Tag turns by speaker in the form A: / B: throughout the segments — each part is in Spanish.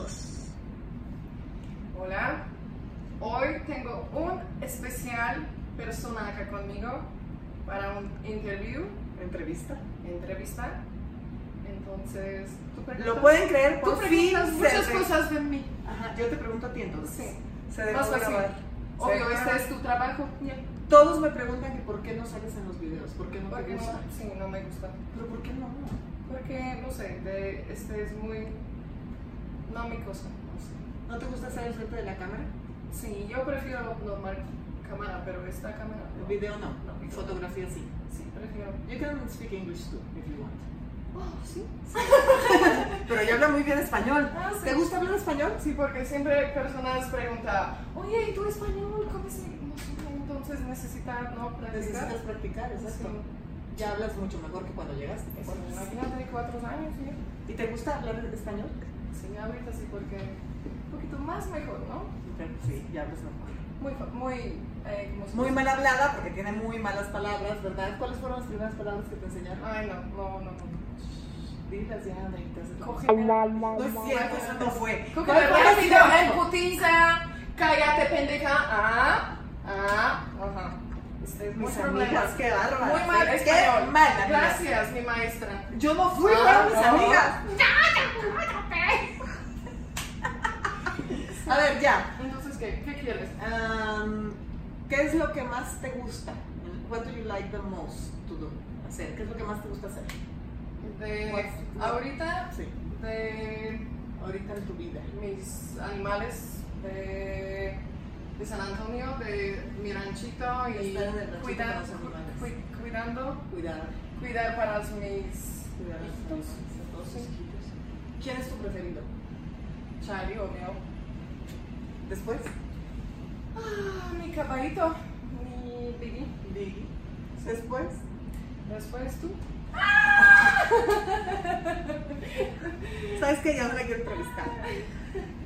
A: dos.
B: Hola, hoy tengo un especial persona acá conmigo para un interview,
A: Entrevista.
B: entrevista. Entonces, ¿tú preguntas-
A: ¿Lo pueden creer?
B: Tú
A: Por fin
B: preguntas
A: se
B: muchas
A: re-
B: cosas de mí.
A: Ajá, yo te pregunto a ti entonces.
B: Sí.
A: Se dejó
B: Más fácil.
A: grabar. Se
B: Obvio,
A: dejó
B: este
A: grabar.
B: es tu trabajo. ya.
A: Todos me preguntan que por qué no sales en los videos, por qué no te
B: Porque no,
A: gusta.
B: sí, no me gusta.
A: Pero ¿por qué no?
B: Porque, no sé, de- este es muy... No mi cosa, no sé.
A: ¿No te gusta estar enfrente de la cámara?
B: Sí, yo prefiero normal cámara, pero esta cámara
A: El
B: no.
A: video no,
B: No, video.
A: fotografía sí.
B: Sí, prefiero.
A: You can speak English too, if you want.
B: Oh, sí.
A: Pero yo hablo muy bien español.
B: Ah, sí.
A: ¿Te gusta hablar español?
B: Sí, porque siempre personas preguntan, oye, ¿y tú español? ¿Cómo se...? No sé, entonces necesitas, ¿no? Practicar.
A: Necesitas practicar, exacto.
B: Sí.
A: Ya hablas mucho mejor que cuando llegaste. ¿te
B: Bueno,
A: acuerdas?
B: pues, Imagínate, cuatro años, ¿sí?
A: ¿Y te gusta hablar español?
B: Sí, ahorita sí, porque un poquito más mejor, ¿no?
A: Sí, ya hablas mejor.
B: Muy, fa- muy, eh, ¿cómo se
A: Muy
B: dice?
A: mal hablada porque tiene muy malas palabras, ¿verdad? ¿Cuáles fueron las primeras palabras que te enseñaron?
B: Ay, no, no, no, no.
A: Dilas ya, Andrea, te haces-
B: Coge.
A: No es cierto, eso no fue.
B: Coge
A: ¿Cuál fue el
B: rápido,
A: video?
B: en putiza, cállate, pendeja. Ah, ah, ajá. Este es muy
A: Mis
B: problema.
A: amigas, qué bárbaro.
B: Muy mal
A: Qué
B: español.
A: mal, amiga.
B: Gracias, mi maestra.
A: Yo no fui, fueron
B: Ah,
A: mis
B: no.
A: amigas. A ver, ya.
B: Entonces, ¿qué, qué quieres?
A: Um, ¿Qué es lo que más te gusta? What do you like the most to do? Hacer. ¿Qué es lo que más te gusta hacer?
B: De,
A: What's-
B: ahorita,
A: Sí.
B: de
A: Ahorita en tu vida.
B: mis animales, de, de San Antonio, de mi ranchito
A: Estar
B: y
A: en el ranchito
B: cuidar-
A: con los animales.
B: cu- cuidando,
A: Cuidar.
B: cuidar para mis
A: Cuidar a los
B: hijitos.
A: animales, a todos sus
B: Sí.
A: hijitos. ¿Quién es tu preferido?
B: Charlie, obvio.
A: Después.
B: Ah, mi caballito, mi Biggie.
A: Biggie. Después.
B: Después tú.
A: ¿Sabes qué? Ya no la quiero entrevistar.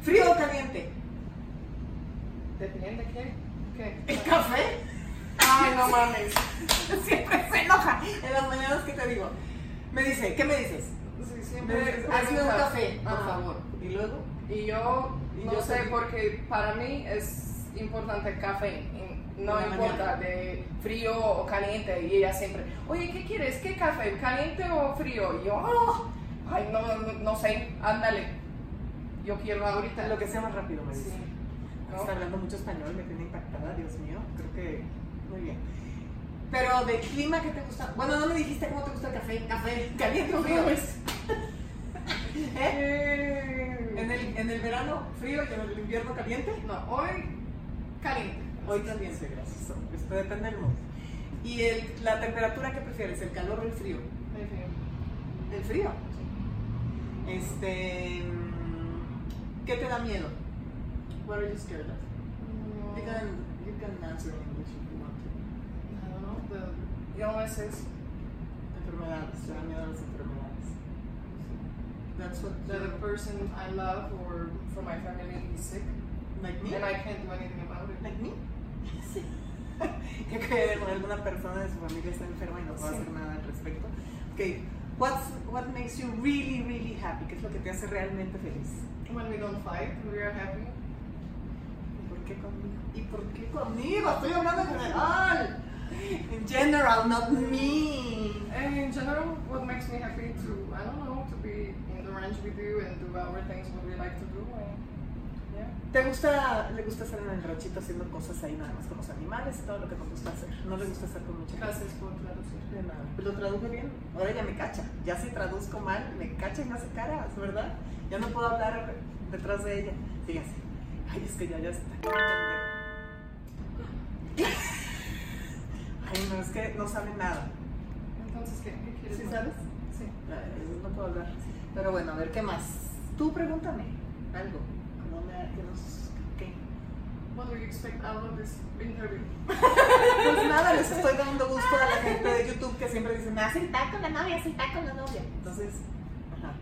A: ¿Frío o caliente?
B: Depende, ¿qué? ¿Qué?
A: café?
B: Ay, no mames.
A: Siempre se enoja. En las mañanas que te digo. Me dice, ¿qué me dices?
B: Sí,
A: Me
B: siempre.
A: dices, hazme un café, por
B: Ajá.
A: favor. Y luego,
B: Y yo
A: Y
B: no
A: yo
B: sé,
A: también.
B: porque para mí es importante el café. y No
A: En la
B: importa
A: mañana.
B: de frío o caliente. Y ella siempre, oye, ¿qué quieres? ¿Qué café? ¿Caliente o frío? Y yo, "Ah, ay, no, no, no sé, ándale. Yo quiero ahorita.
A: lo que sea más rápido, me
B: Sí.
A: dice.
B: ¿No?
A: Está hablando mucho español, me tiene impactada, Dios mío. Creo que muy bien. Pero de clima, ¿qué te gusta? Bueno, no me dijiste cómo te gusta el café. Café, caliente o frío. ¿Eh? En
B: Eh,
A: el, en el verano frío y en el invierno caliente.
B: No, hoy caliente.
A: Hoy caliente, gracias. Esto depende del mood. ¿Y el- la temperatura que prefieres, el calor o el frío?
B: En fin.
A: El frío. Este. mm, ¿Qué te da miedo? What are you scared of? You can, you can answer in English if you want to.
B: No, the illnesses,
A: Enfermedades, te da miedo a las enfermedades. That's what
B: that the person I love or from my family is sick,
A: like me.
B: and I can't do anything about it.
A: Like me. Sí. Creo que alguna persona de su familia está enferma y no puede
B: Sí.
A: hacer nada al respecto. Okay. What's, what makes you really, really happy? ¿Qué es lo que te hace realmente feliz?
B: When we don't fight, we are happy.
A: ¿Y por qué conmigo? ¿Y por qué conmigo? Estoy hablando en general. In general, not me.
B: And in general, what makes me happy to, I don't know, to be in the ranch with you and do our things what we like to do. And yeah.
A: ¿Te gusta, le gusta estar en el ranchito haciendo cosas ahí nada más con los animales y todo lo que nos gusta hacer? ¿No le gusta estar con mucha gente?
B: Gracias por traducir.
A: De nada. Lo traduje bien. Ahora ya me cacha. Ya si traduzco mal, me cacha y me hace caras, ¿verdad? Ya no puedo hablar detrás de ella. Fíjense. Ay, es que ya, ya está. Ay, no, es que no sabe nada.
B: Entonces, ¿qué, qué quieres
A: ¿Sí
B: más?
A: sabes?
B: Sí.
A: Ay, No puedo hablar. Pero bueno, a ver, ¿qué más? Tú pregúntame algo. No me que nos... ¿qué?
B: What do you expect out of this interview?
A: Pues nada, les estoy dando gusto a la gente de YouTube que siempre dicen, haz el taco la novia, haz el taco la novia. Entonces, ajá.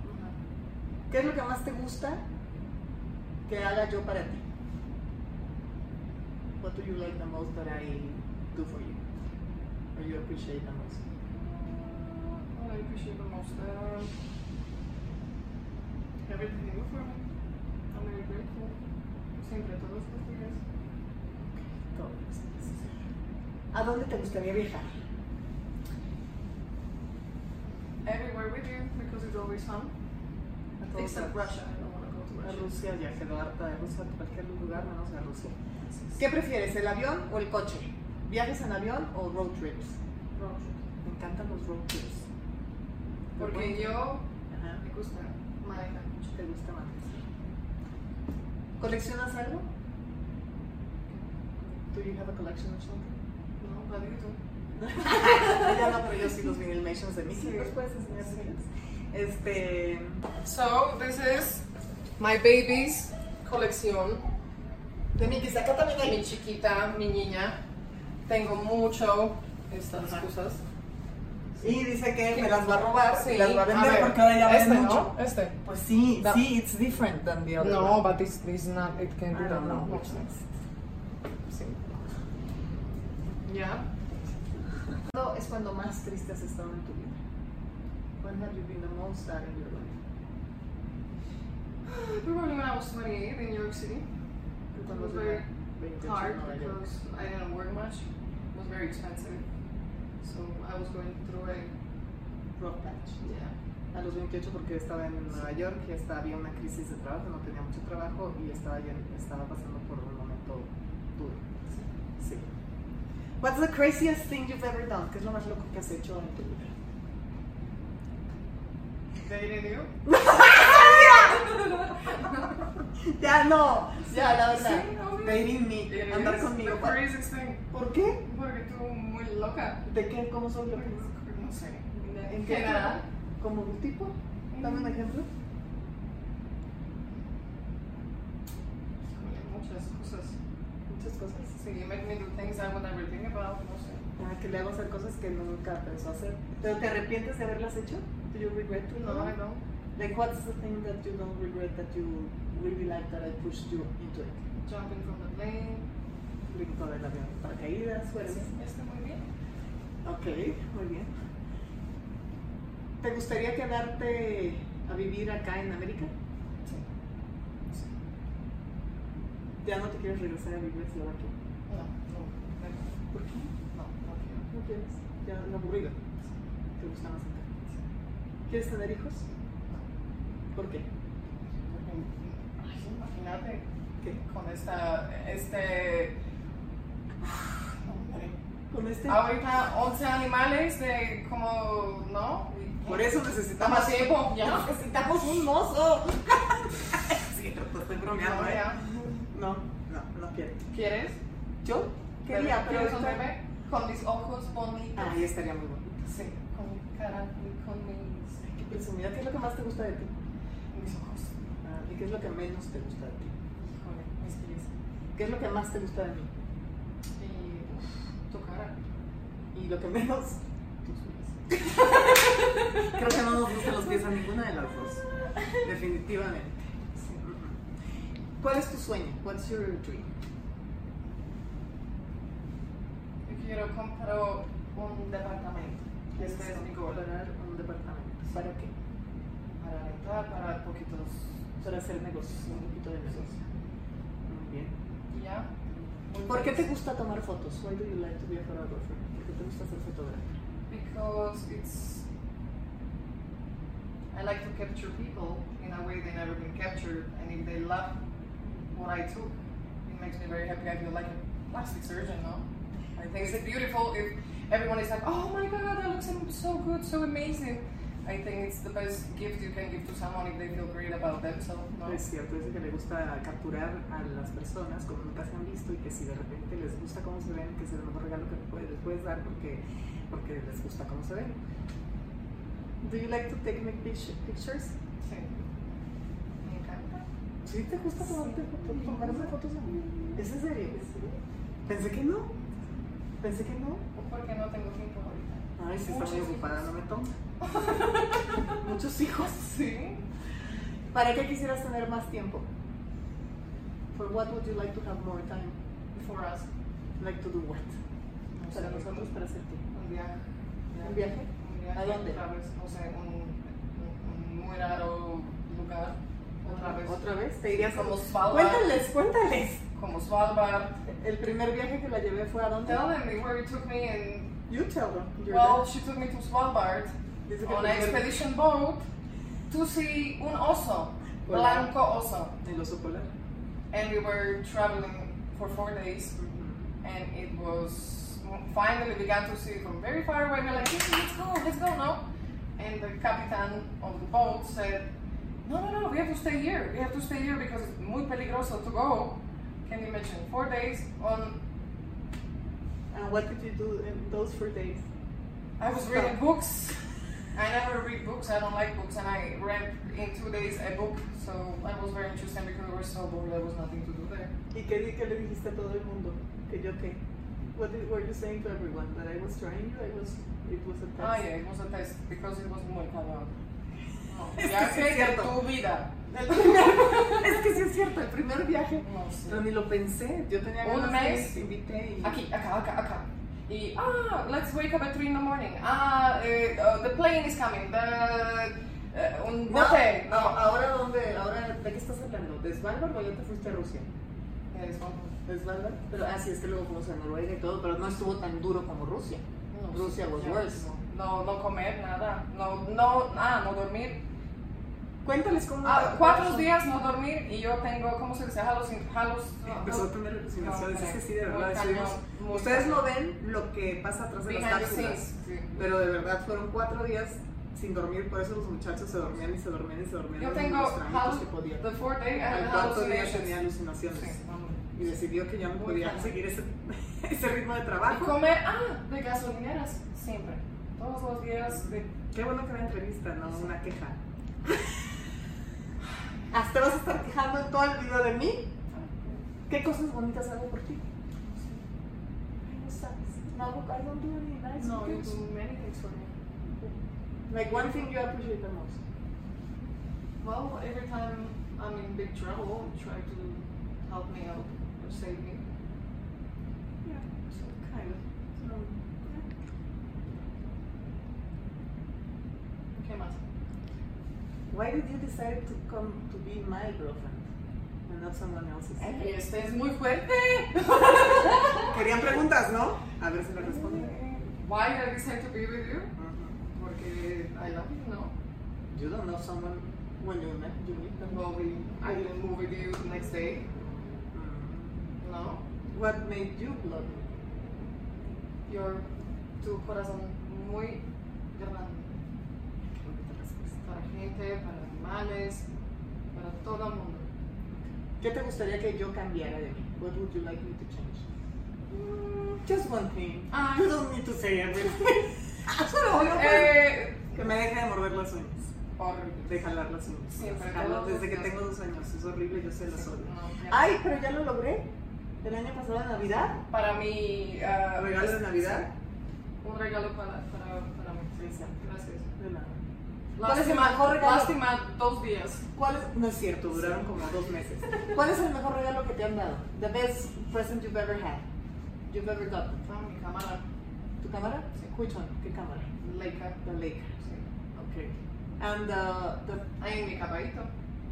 A: ¿Qué es lo que más te gusta que haga yo para ti? What do you like the most that I do for you? Or you appreciate the most?
B: What I appreciate the most. Um, everything you do for me.
A: siempre, todos los días. Todos los días. ¿A dónde te gustaría viajar?
B: Everywhere we do, because it's always fun.
A: A todos
B: Except
A: lados.
B: Russia. I don't want to go to
A: A
B: Russia.
A: Rusia, ya quedó harta de Rusia, a cualquier lugar menos a Rusia. ¿Qué prefieres, el avión o el coche? ¿Viajes en avión o road trips?
B: Road trip.
A: Me encantan los road trips.
B: Porque yo
A: Ajá.
B: me gusta manejar mucho.
A: ¿Te gusta más? ¿Coleccionas algo? Do you have a collection of something?
B: No, but you do.
A: ya no, pero yo sí los vinil nations de Mickey. ¿Los puedes enseñar si quieres? Este,
B: So this is my baby's colección.
A: de Mickey, acá también
B: Mi
A: hay.
B: chiquita, mi niña. Tengo mucho estas
A: Ajá.
B: cosas.
A: Y dice que me las va a robar
B: Sí,
A: y las va a vender
B: ver,
A: porque ahora ya
B: este,
A: venden mucho.
B: ¿no? Este.
A: Pues sí,
B: Da-
A: sí, it's different than the other.
B: No,
A: one.
B: but this, this not, it can
A: I
B: be
A: don't
B: done.
A: know
B: No,
A: which one.
B: Sí. Yeah.
A: ¿Cuándo es cuando más triste has estado en tu vida? When have you been the most sad in your life?
B: Probably when I was 28 in New York City.
A: Cuando
B: was
A: tenía
B: very
A: 28
B: hard
A: en Nueva York.
B: because I didn't work much. It was very expensive. So I was going through a
A: Rough patch.
B: yeah.
A: A los 28 porque estaba en Nueva York y hasta había una crisis de trabajo, no tenía mucho trabajo y estaba, ya- estaba pasando por un momento duro. Sí. What's the craziest thing you've ever done? ¿Qué es lo más loco que has hecho en tu vida?
B: dated you.
A: Ya no, ya la verdad.
B: Sí, obvio.
A: Dating me,
B: It
A: andar
B: is
A: conmigo.
B: The craziest thing.
A: ¿Por qué?
B: Porque tú muy loca.
A: ¿De qué? ¿Cómo soy yo?
B: No sé.
A: ¿En
B: En Mm.
A: qué?
B: general.
A: ¿Como un tipo? Dame un ejemplo.
B: Híjole, Muchas cosas.
A: Muchas cosas.
B: Sí, you make me do things I would never think about. No sé.
A: Ah, que le hago hacer cosas que nunca pensó hacer. ¿Pero te arrepientes de haberlas hecho? ¿Do you regret to
B: No, I don't.
A: Like, what's the thing that you don't regret that you really like that I pushed you into it?
B: Jumping from the plane.
A: Brinco del avión, paracaídas, sueles.
B: Este muy bien.
A: Ok, muy bien. ¿Te gustaría quedarte a vivir acá en América?
B: Sí.
A: Ya no te quieres regresar a vivir a Eslovaquia.
B: No, no,
A: ¿Por qué?
B: no, no quiero.
A: No quieres. Ya es aburrido. ¿Te gusta más acá? ¿Quieres tener hijos? ¿Por qué?
B: Porque, ay, Imagínate
A: ¿Qué?
B: con esta, este, hombre.
A: ¿Con este?
B: ahorita 11 animales de como, ¿no?
A: Por eso necesitamos
B: Más tiempo, ya.
A: Necesitamos un mozo. sí, no, te estoy bromeando,
B: No,
A: ¿eh?
B: ya.
A: No, no, no quiero.
B: ¿Quieres?
A: ¿Yo? Quería, pero
B: ¿Quieres un
A: ahorita-
B: bebé? Con mis ojos bonitos.
A: Ahí estaría muy bueno.
B: Sí, con mi cara, con mis,
A: Qué presumida. ¿Qué es lo que más te gusta de ti? Ah,
B: mis ojos.
A: ¿Y qué es lo que menos te gusta de ti?
B: Híjole, mis pies.
A: ¿Qué es lo que más te gusta de mí?
B: Y, uff, tu cara,
A: ¿Y lo que menos?
B: tus pies.
A: Creo que no nos gustan los pies a ninguna de las dos. Definitivamente. Sí. ¿Cuál es tu sueño? What's your dream?
B: Yo quiero comprar un departamento. Y este es mi goal.
A: Comprar un departamento. ¿Para qué?
B: Para rentar, para poquitos.
A: Para hacer negocios, un poquito de negocio. Muy bien.
B: Y ya. Muy
A: ¿Por qué te
B: feliz.
A: gusta tomar fotos? Why do you like to be a photographer? ¿Por qué te gusta ser fotógrafo?
B: Because it's. I like to capture people in a way they never been captured, and if they love what I took, it makes me very happy. I feel like a plastic surgeon, no? I think it's beautiful if everyone is like, oh my god, that looks so good, so amazing. I think it's the best gift you can give to someone if they feel great about themselves, no?
A: Es cierto, dice que le gusta capturar a las personas como nunca se han visto y que si de repente les gusta cómo se ven, que es el mejor regalo que puede- les puedes dar porque, porque les gusta cómo se ven. Do you like to take me pic- pictures?
B: Sí. Me encanta.
A: ¿Sí te gusta tomarte fotos, tomarme fotos a mí? ¿Es en serio? Pensé que no. Pensé que no.
B: Porque no tengo tiempo ahorita.
A: Ay, sí, está muy
B: Muchos
A: ocupada, no
B: hijos.
A: me toma. Muchos hijos.
B: Sí.
A: ¿Para qué quisieras tener más tiempo? For what would you like to have more time?
B: For us.
A: Like to do what?
B: No sé,
A: Para nosotros, para hacer tiempo.
B: Un viaje.
A: ¿Un viaje?
B: Un viaje.
A: ¿A dónde?
B: Otra vez, no sé, un, un, un muy raro lugar. Otra vez.
A: Otra vez, te irías a
B: Como
A: los...
B: Svalbard.
A: Cuéntales, cuéntales.
B: Como Svalbard.
A: El primer viaje que la llevé fue a dónde?
B: Tell me where you took me and
A: You tell them. You're
B: well, she took me to Svalbard
A: there. Dice que
B: on an
A: primero-
B: expedition boat to see un oso,
A: Polar.
B: blanco oso.
A: El oso polar.
B: And we were traveling for four days and it was finally we got to see it from very far away. We're like, "Yes, let's go, let's go now. And the captain of the boat said, No, no, no, we have to stay here. We have to stay here because it's muy peligroso to go. Can you imagine? Four days on.
A: And Ah, what did you do in those four days?
B: I was reading books. I never read books. I don't like books, and I read in two days a book. So that was very interesting because we were so bored. There was nothing to do there.
A: ¿Y qué, di- qué le dijiste a todo el mundo? Que yo qué. What did- were you saying to everyone? That I was trying you, I was, it was a test.
B: Ah, yeah, it was a test because it was muy cabrón. No,
A: Es que
B: ya
A: sí
B: sé
A: es
B: que
A: cierto.
B: tu vida.
A: El primer- es que sí es cierto, el primer viaje.
B: No sé.
A: Pero ni lo pensé, yo tenía
B: Un
A: ganas de
B: mes.
A: ir, invité y...
B: Aquí, acá, acá, acá. Y, ah, let's wake up at 3 in the morning. Ah, eh, uh, the plane is coming. The, eh, un
A: No,
B: bote.
A: no, ahora dónde, ahora de qué estás hablando, de Svalbard o ya te fuiste a Rusia,
B: Yeah, it's one-
A: de Svalbard, pero así es que luego fuimos a Noruega y todo, pero no estuvo tan duro como Rusia.
B: no,
A: Rusia was
B: ya,
A: worse.
B: No, no comer, nada. No, no, ah, no dormir.
A: Cuéntales cómo.
B: Ah, cuatro días no dormir y yo tengo, ¿cómo se dice? Halos, halos, Ah,
A: Empezó a tener alucinaciones, es que sí, de
B: Muy
A: verdad,
B: cañón,
A: estuvimos-
B: muy
A: Ustedes
B: cañón.
A: no ven lo que pasa atrás de las
B: behind the
A: cápsulas,
B: scenes. sí.
A: pero de verdad fueron cuatro días sin dormir, por eso los muchachos se dormían y se dormían y se dormían.
B: Yo
A: los
B: tengo
A: los traguitos
B: halus-
A: que podían.
B: The fourth day ah, I
A: Al
B: had
A: cuarto día
B: hallucinations.
A: tenía alucinaciones
B: Sí, vamos.
A: y decidió que ya no
B: Muy
A: podía
B: cañón.
A: seguir ese, ese ritmo de
B: Y
A: trabajo.
B: comer, ah, de gasolineras, siempre. Todos los días de...
A: Qué bueno que era entrevista, no una queja. Hasta vas a estar quejando en todo el video de mí. ¿Qué cosas bonitas hago por ti? Ay, No sabes. No hago, I don't do any nice
B: No, you
A: things.
B: do many things for me.
A: Like one thing you appreciate the most.
B: Well, every time I'm in big trouble, you try to help me out or save me.
A: Yeah.
B: So, kind of. ¿Qué más?
A: Why did you decide to come to be my girlfriend and not someone else's? Eh,
B: Este es muy fuerte.
A: Querían preguntas, ¿no? A ver si me responden.
B: Why did I decide to be with you? Porque I love you, no?
A: You don't know someone when you met, mm, you meet them.
B: Well, we, I didn't move with you the next day, no?
A: What made you love me?
B: Your, tu corazón muy grande. Para gente, para animales, para todo el mundo.
A: ¿Qué te gustaría que yo cambiara de mí? What would you like me to change? Mm, Just one thing.
B: Ah.
A: You don't need to say everything. Solo uno, pues.
B: Eh,
A: Que me deje de morder las uñas.
B: horrible.
A: De jalar las uñas.
B: Siempre,
A: Jalo
B: todos los
A: desde que
B: días.
A: tengo dos años. Es horrible, yo sé, las odio.
B: No, ya.
A: Ay, pero ya lo logré. El año pasado, en Navidad.
B: Para mi... ah,
A: Regalo de Navidad.
B: Un regalo para, para, para mí. Gracias.
A: De nada. ¿Cuál es el
B: Lástima,
A: mejor regalo?
B: lástima dos días.
A: ¿Cuál es? No es cierto, duraron como dos meses. ¿Cuál es el mejor regalo que te han dado? The best present you've ever had. You've ever gotten.
B: Ah, mi cámara,
A: ¿Tu cámara?
B: Sí.
A: Which one? ¿Qué cámara?
B: Leica.
A: The Leica.
B: Sí.
A: Okay. And uh, the ah,
B: Ahí mi caballito.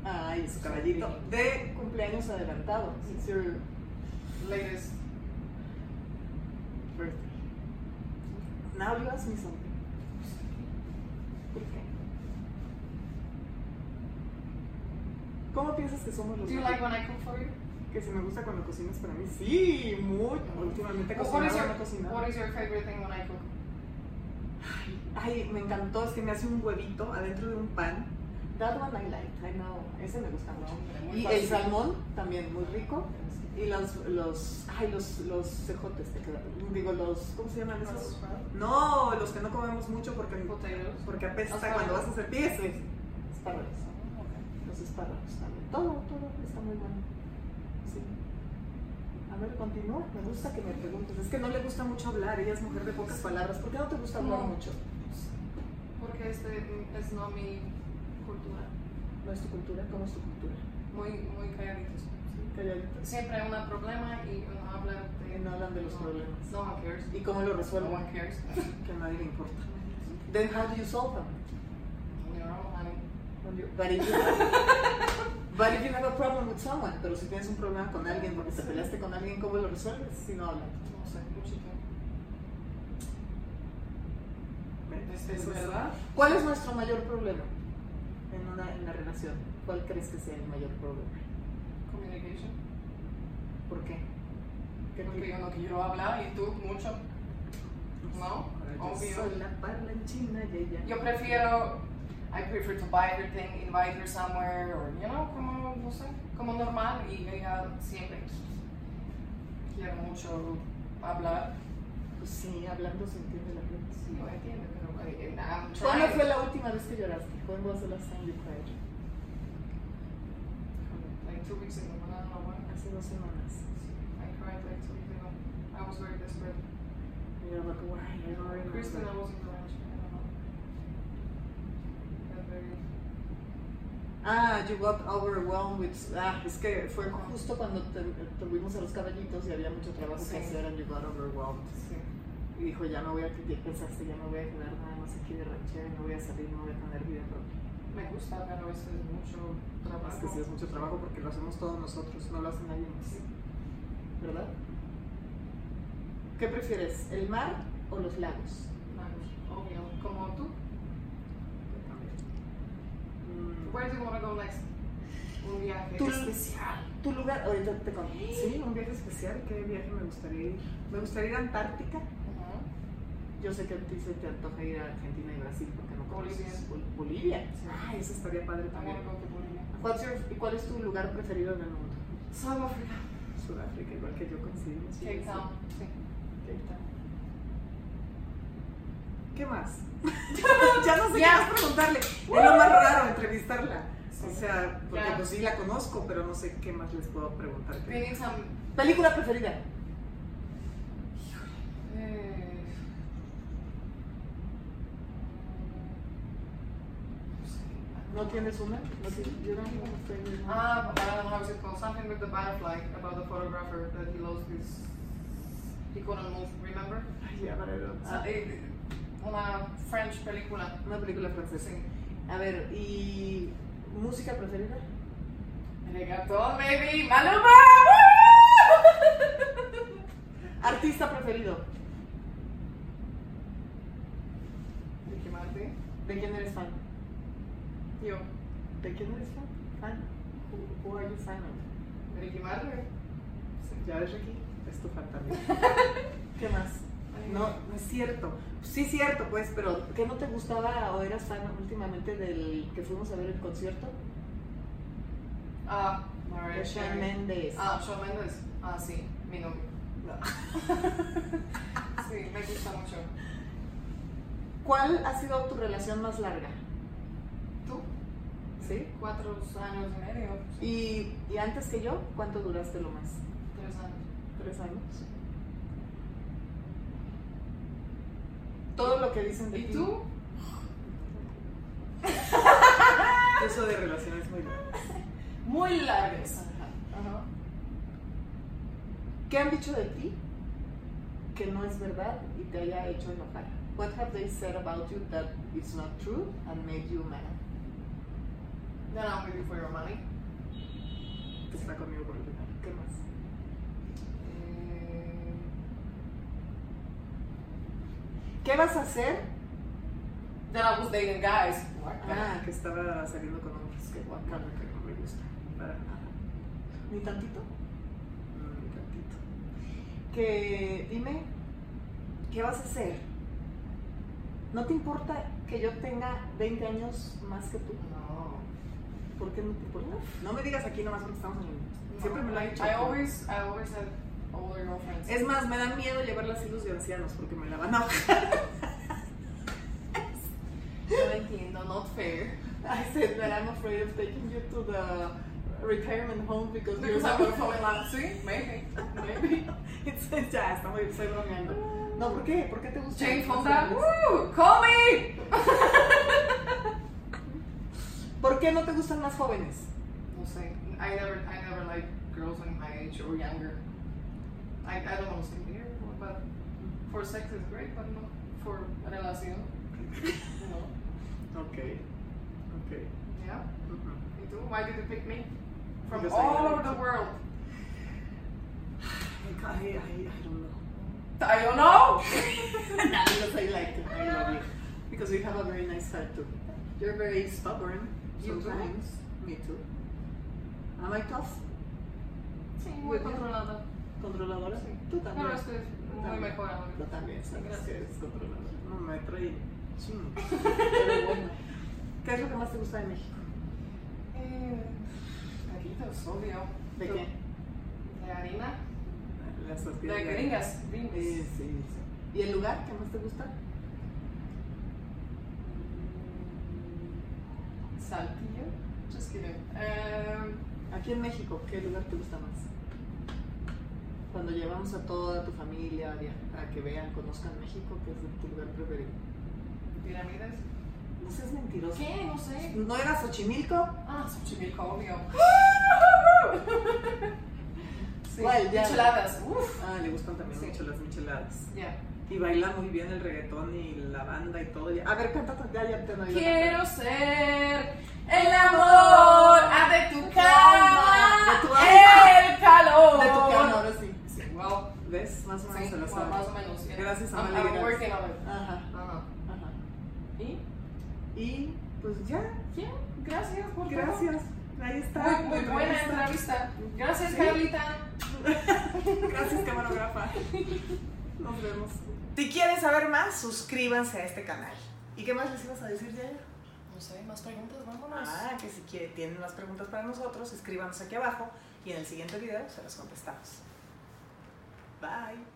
A: Ay, su caballito. De cumpleaños adelantado. It's your
B: Latest.
A: birthday. Now you ask me something. ¿Por qué? ¿Cómo piensas que somos los
B: Do you
A: mexicanos?
B: like when I cook for you?
A: Que si me gusta cuando cocinas para mí. Sí, mucho. Últimamente
B: What
A: cocinaba,
B: is your
A: no cocinaba.
B: What is your favorite thing when I cook?
A: Ay, me encantó. Es que me hace un huevito adentro de un pan. That one I like. I know. Ese me gusta mucho.
B: Muy
A: Y
B: fácil.
A: el salmón también, muy rico. Y los, los, ay, los, los cejotes, te queda- digo, los, ¿cómo se llaman esos? No, los que no comemos mucho porque,
B: Potatoes.
A: porque apesta
B: Ajá.
A: cuando vas a hacer pies. Espárragos, los espárragos también. Todo, todo está muy bueno. Sí. A ver, continúa. Me gusta que me preguntes. Es que no le gusta mucho hablar, ella es mujer de pocas palabras. ¿Por qué no te gusta hablar
B: No.
A: mucho?
B: Porque este es no mi cultura.
A: ¿No es tu cultura? ¿Cómo es tu cultura?
B: Muy, muy calladitos.
A: Calladitas.
B: Siempre hay un problema y no hablan de...
A: Y no hablan de los problemas.
B: No one cares.
A: ¿Y cómo lo
B: No
A: resuelven?
B: one cares.
A: Que a nadie le importa. Then how do you solve them?
B: We are all having-
A: But if you, But if you have a problem with someone, pero si tienes un problema con alguien porque te peleaste con alguien, ¿cómo lo resuelves si no hablan?
B: No sé, ¿qué chica? ¿Es,
A: Eso
B: es
A: es-
B: Este, verdad?
A: ¿Cuál es nuestro mayor problema en una, en la relación? ¿Cuál crees que sea el mayor problema?
B: Communication.
A: ¿Por qué? ¿Qué
B: Porque
A: te-
B: yo no quiero hablar y tú mucho.
A: Yo
B: No,
A: soy
B: obvio.
A: la parlanchina y ella.
B: Yo prefiero, I prefer to buy her thing, invite her somewhere, or, you know, como, no sé, como normal. Y ella siempre quiere mucho hablar.
A: Pues sí, hablando se entiende la gente.
B: Sí, no entiendo, pero eh, I'm
A: ¿Cuándo
B: trying.
A: fue la última vez que lloraste? When was the last time you cried?
B: Like two weeks ago, but I don't know why.
A: Hace dos semanas.
B: I cried like two weeks ago. I was very desperate.
A: Y yo like, why? I don't remember.
B: Kristen, I wasn't around. I don't know. Got very-
A: Ah, you got overwhelmed with. Ah, es que fue justo cuando te- tuvimos a los caballitos y había mucho trabajo
B: Sí.
A: que hacer, and you got overwhelmed.
B: Sí.
A: Y dijo, ya no voy a. ya Pensaste, ya no voy a quedar nada más aquí de ranchera, no voy a salir, no voy a tener vida propia.
B: Me gusta, pero a veces mucho trabajo.
A: Es que sí es mucho trabajo porque lo hacemos todos nosotros, no lo hace nadie más.
B: Sí.
A: ¿Verdad? ¿Qué prefieres, el mar o los lagos?
B: Manos, obvio. Como tú.
A: Mm,
B: Where do you want to go next? Un viaje
A: Tú-
B: especial.
A: ¿Tu lugar? Ahorita te conté. Sí, un viaje especial. ¿Qué viaje me gustaría ir? Me gustaría ir a Antártica. Yo sé que a ti se te antoja ir a Argentina y Brasil porque no conoces Bol- Bolivia.
B: Sí.
A: Ay, eso estaría padre
B: I want
A: también.
B: to go to Bolivia.
A: What's your- ¿Y cuál es tu lugar preferido en el mundo?
B: South Africa.
A: Sudáfrica, igual que yo coincidimos.
B: Cape Town. Sí.
A: Cape Town. ¿Qué más? ya no sé qué más preguntarle. Es lo más raro entrevistarla. O sea, porque
B: Ya.
A: pues sí la conozco, pero no sé qué más les puedo preguntar.
B: We need some.
A: ¿Película preferida?
B: Eh,
A: ¿No tienes una? No
B: Sí.
A: tienes- Yo no tengo una.
B: Ah, but I don't know how it's called. Something with the butterfly about the photographer that he lost his. He couldn't move, remember?
A: Ay, ya, para ver.
B: So, eh, Una French película.
A: Una película francesa.
B: Sí.
A: A ver, ¿y música preferida?
B: Reggaeton, baby. Maluma! woo!
A: ¿Artista preferido?
B: Ricky Martin.
A: ¿De quién eres fan?
B: Yo.
A: ¿De quién eres fan? ¿Fan? Who, who are you fan of?
B: Ricky Martin.
A: ¿Ya ves aquí? Es tu fan también. ¿Qué más? No, no es cierto. Sí, es cierto, pues, pero ¿qué no te gustaba o eras fan últimamente del que fuimos a ver el concierto?
B: Ah,
A: De
B: Mariah
A: Shawn
B: Carey.
A: Mendes.
B: Ah, Shawn Mendes. Ah, sí. Mi novio.
A: No.
B: Sí, me gusta mucho.
A: ¿Cuál ha sido tu relación más larga?
B: ¿Tú?
A: ¿Sí?
B: Cuatro años y medio.
A: ¿Y, y antes que yo, cuánto duraste lo más?
B: Tres años.
A: ¿Tres años? Todo lo que dicen de
B: ¿Y
A: ti.
B: tú?
A: Eso de relaciones muy largas.
B: Muy largas.
A: Ajá. ¿Qué han dicho de ti que no es verdad y te haya hecho enojar? What have they said about you that is not true and made you mad?
B: Then I'll give you for your money.
A: Que está conmigo por el final. ¿Qué más?
B: Eh,
A: ¿Qué vas a hacer?
B: Then I was dating guys.
A: Ah, que estaba saliendo con hombres que guacala, que no me gusta. Para nada. ¿Ni tantito? No, ni tantito. Que dime, ¿qué vas a hacer? ¿No te importa que yo tenga 20 años más que tú?
B: No.
A: ¿Por qué no te importa? No me digas aquí nomás porque estamos en el... Siempre me lo han dicho.
B: I always, I always had older girlfriends.
A: Es más, me da miedo llevar las hilos de ancianos porque me la van a bajar.
B: no entiendo, not fair.
A: I said that I'm afraid of taking you to the retirement home because,
B: Because
A: you're
B: I would fall in love. Sí, maybe. Maybe.
A: It's- ya, está muy, estoy bromeando. No, ¿por qué? ¿Por qué te gusta?
B: Jane Fonda. Woo! Call me!
A: ¿Por qué no te gustan más jóvenes?
B: We'll see. I never, I never like girls in my age or younger. I, I don't want to say here, but for sex is great, but not for relación. No.
A: Ok, uh-huh. ok.
B: Yeah. You do? Why did you pick me? from
A: Because I
B: all
A: know
B: over
A: it.
B: the world.
A: I, I, I don't know.
B: I don't
A: no,
B: know.
A: because I like it. I love you. Because you have a very nice heart too. You're very stubborn
B: You too?
A: sometimes. Me too. Am I tough?
B: Sí, muy controlado.
A: ¿Controladora?
B: Sí.
A: Tú
B: No,
A: también.
B: es que es muy mejor ahora.
A: Yo también, sabes
B: Gracias.
A: que eres controladora. No me trae chingo. Pero bueno. ¿Qué es lo que más te gusta de México?
B: Eh, taquitos, obvio.
A: ¿De
B: Yo-
A: qué?
B: De harina.
A: Las
B: De
A: tortillas.
B: gringas.
A: Sí,
B: Gringas.
A: sí, sí. ¿Y el lugar que más te gusta?
B: Saltillo. Just kidding. Um,
A: Aquí en México, ¿qué lugar te gusta más? Cuando llevamos a toda tu familia a viajar, para que vean, conozcan México, que es tu lugar preferido.
B: pirámides.
A: No seas mentiroso.
B: ¿Qué? No sé.
A: ¿No era Xochimilco?
B: Ah, Xochimilco, obvio. sí.
A: ¿Cuál? Ya.
B: Micheladas. Uf.
A: Ah, le gustan también
B: Sí.
A: mucho las micheladas.
B: Ya.
A: Y baila muy bien el reggaetón y la banda y todo. A ver, canta, ya, ya te doy la
B: Quiero ser el amor ah, de tu cama,
A: De tu
B: el calor.
A: De tu cama, ahora sí.
B: Sí, wow.
A: ¿Ves? Más o menos
B: Sí,
A: se lo
B: wow,
A: sabe.
B: más o menos. yeah.
A: Gracias,
B: I'm,
A: Amalia,
B: I'm
A: gracias.
B: working on it.
A: Ajá,
B: Ajá.
A: ajá.
B: ¿Y?
A: Y pues ya,
B: ¿Quién? Gracias por todo.
A: gracias. Ahí está.
B: Muy, muy buena entrevista. Gracias,
A: Sí.
B: Carlita.
A: Gracias, camarógrafa. Nos vemos. Si quieren saber más, suscríbanse a este canal. ¿Y qué más les ibas a decir, Yaya?
B: No sé, Pues más preguntas, vámonos.
A: Ah, que si quieren, tienen más preguntas para nosotros, escríbanos aquí abajo y en el siguiente video se las contestamos. Bye.